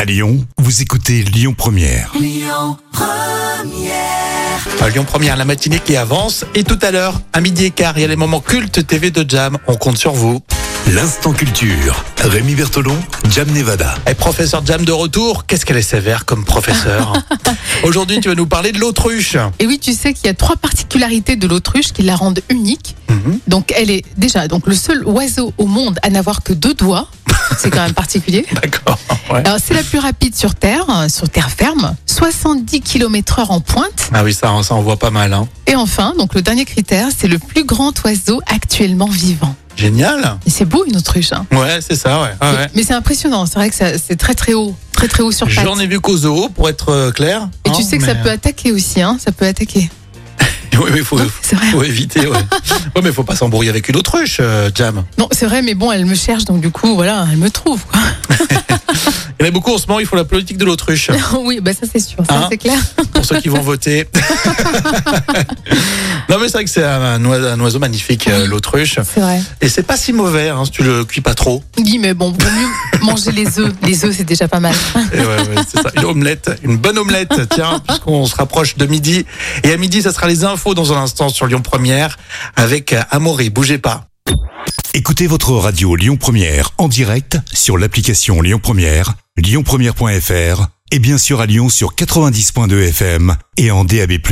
À Lyon, vous écoutez Lyon Première. À Euh, Lyon Première, la matinée qui avance. Et tout à l'heure, à midi et quart, il y a les moments cultes TV de Jam. On compte sur vous. L'instant culture. Rémi Bertolon, Jam Nevada. Et professeur Jam de retour, qu'est-ce qu'elle est sévère comme professeur Aujourd'hui, tu vas nous parler de l'autruche. Et oui, tu sais qu'il y a trois particularités de l'autruche qui la rendent unique. Mhm. Donc, elle est déjà donc le seul oiseau au monde à n'avoir que deux doigts. C'est quand même particulier. D'accord. ouais. Alors, c'est la plus rapide sur Terre, euh, sur terre ferme, 70 km/h en pointe. Ah oui, ça, ça en voit pas mal. hein. Et enfin, donc le dernier critère, c'est le plus grand oiseau actuellement vivant. Génial. Et c'est beau une autruche. hein. Ouais, c'est ça, ouais. Ah ouais. Mais c'est impressionnant. C'est vrai que ça- c'est très très haut, très très haut sur pattes. J'en ai vu qu'au zoo, pour être euh, clair. Et tu hein, sais que ça mais- peut attaquer aussi. Hein, ça peut attaquer. Oui, mais faut, C'est vrai. faut éviter, ouais. ouais, mais faut pas s'embrouiller avec une autruche, euh, Jam. Non, c'est vrai, mais bon, elle me cherche, donc du coup, voilà, elle me trouve. quoi. Il y en a beaucoup en ce moment, ils font la politique de l'autruche. oui, bah ça c'est sûr, ça Hein c'est clair. pour ceux qui vont voter. non, mais c'est vrai que c'est un, un oiseau, un oiseau magnifique, euh, l'autruche. C'est vrai. Et c'est pas si mauvais hein, si tu le cuis pas trop. Oui, mais bon, vaut mieux manger les œufs. Les œufs, c'est déjà pas mal. Et ouais, ouais, c'est ça. Une omelette, une bonne omelette, tiens, puisqu'on se rapproche de midi. Et à midi, ça sera les infos dans un instant sur Lyon Première avec euh, Amaury. Bougez pas. Écoutez votre radio Lyon Première en direct sur l'application Lyon Première, lyonpremière.fr et bien sûr à Lyon sur 90.2 FM et en DAB+.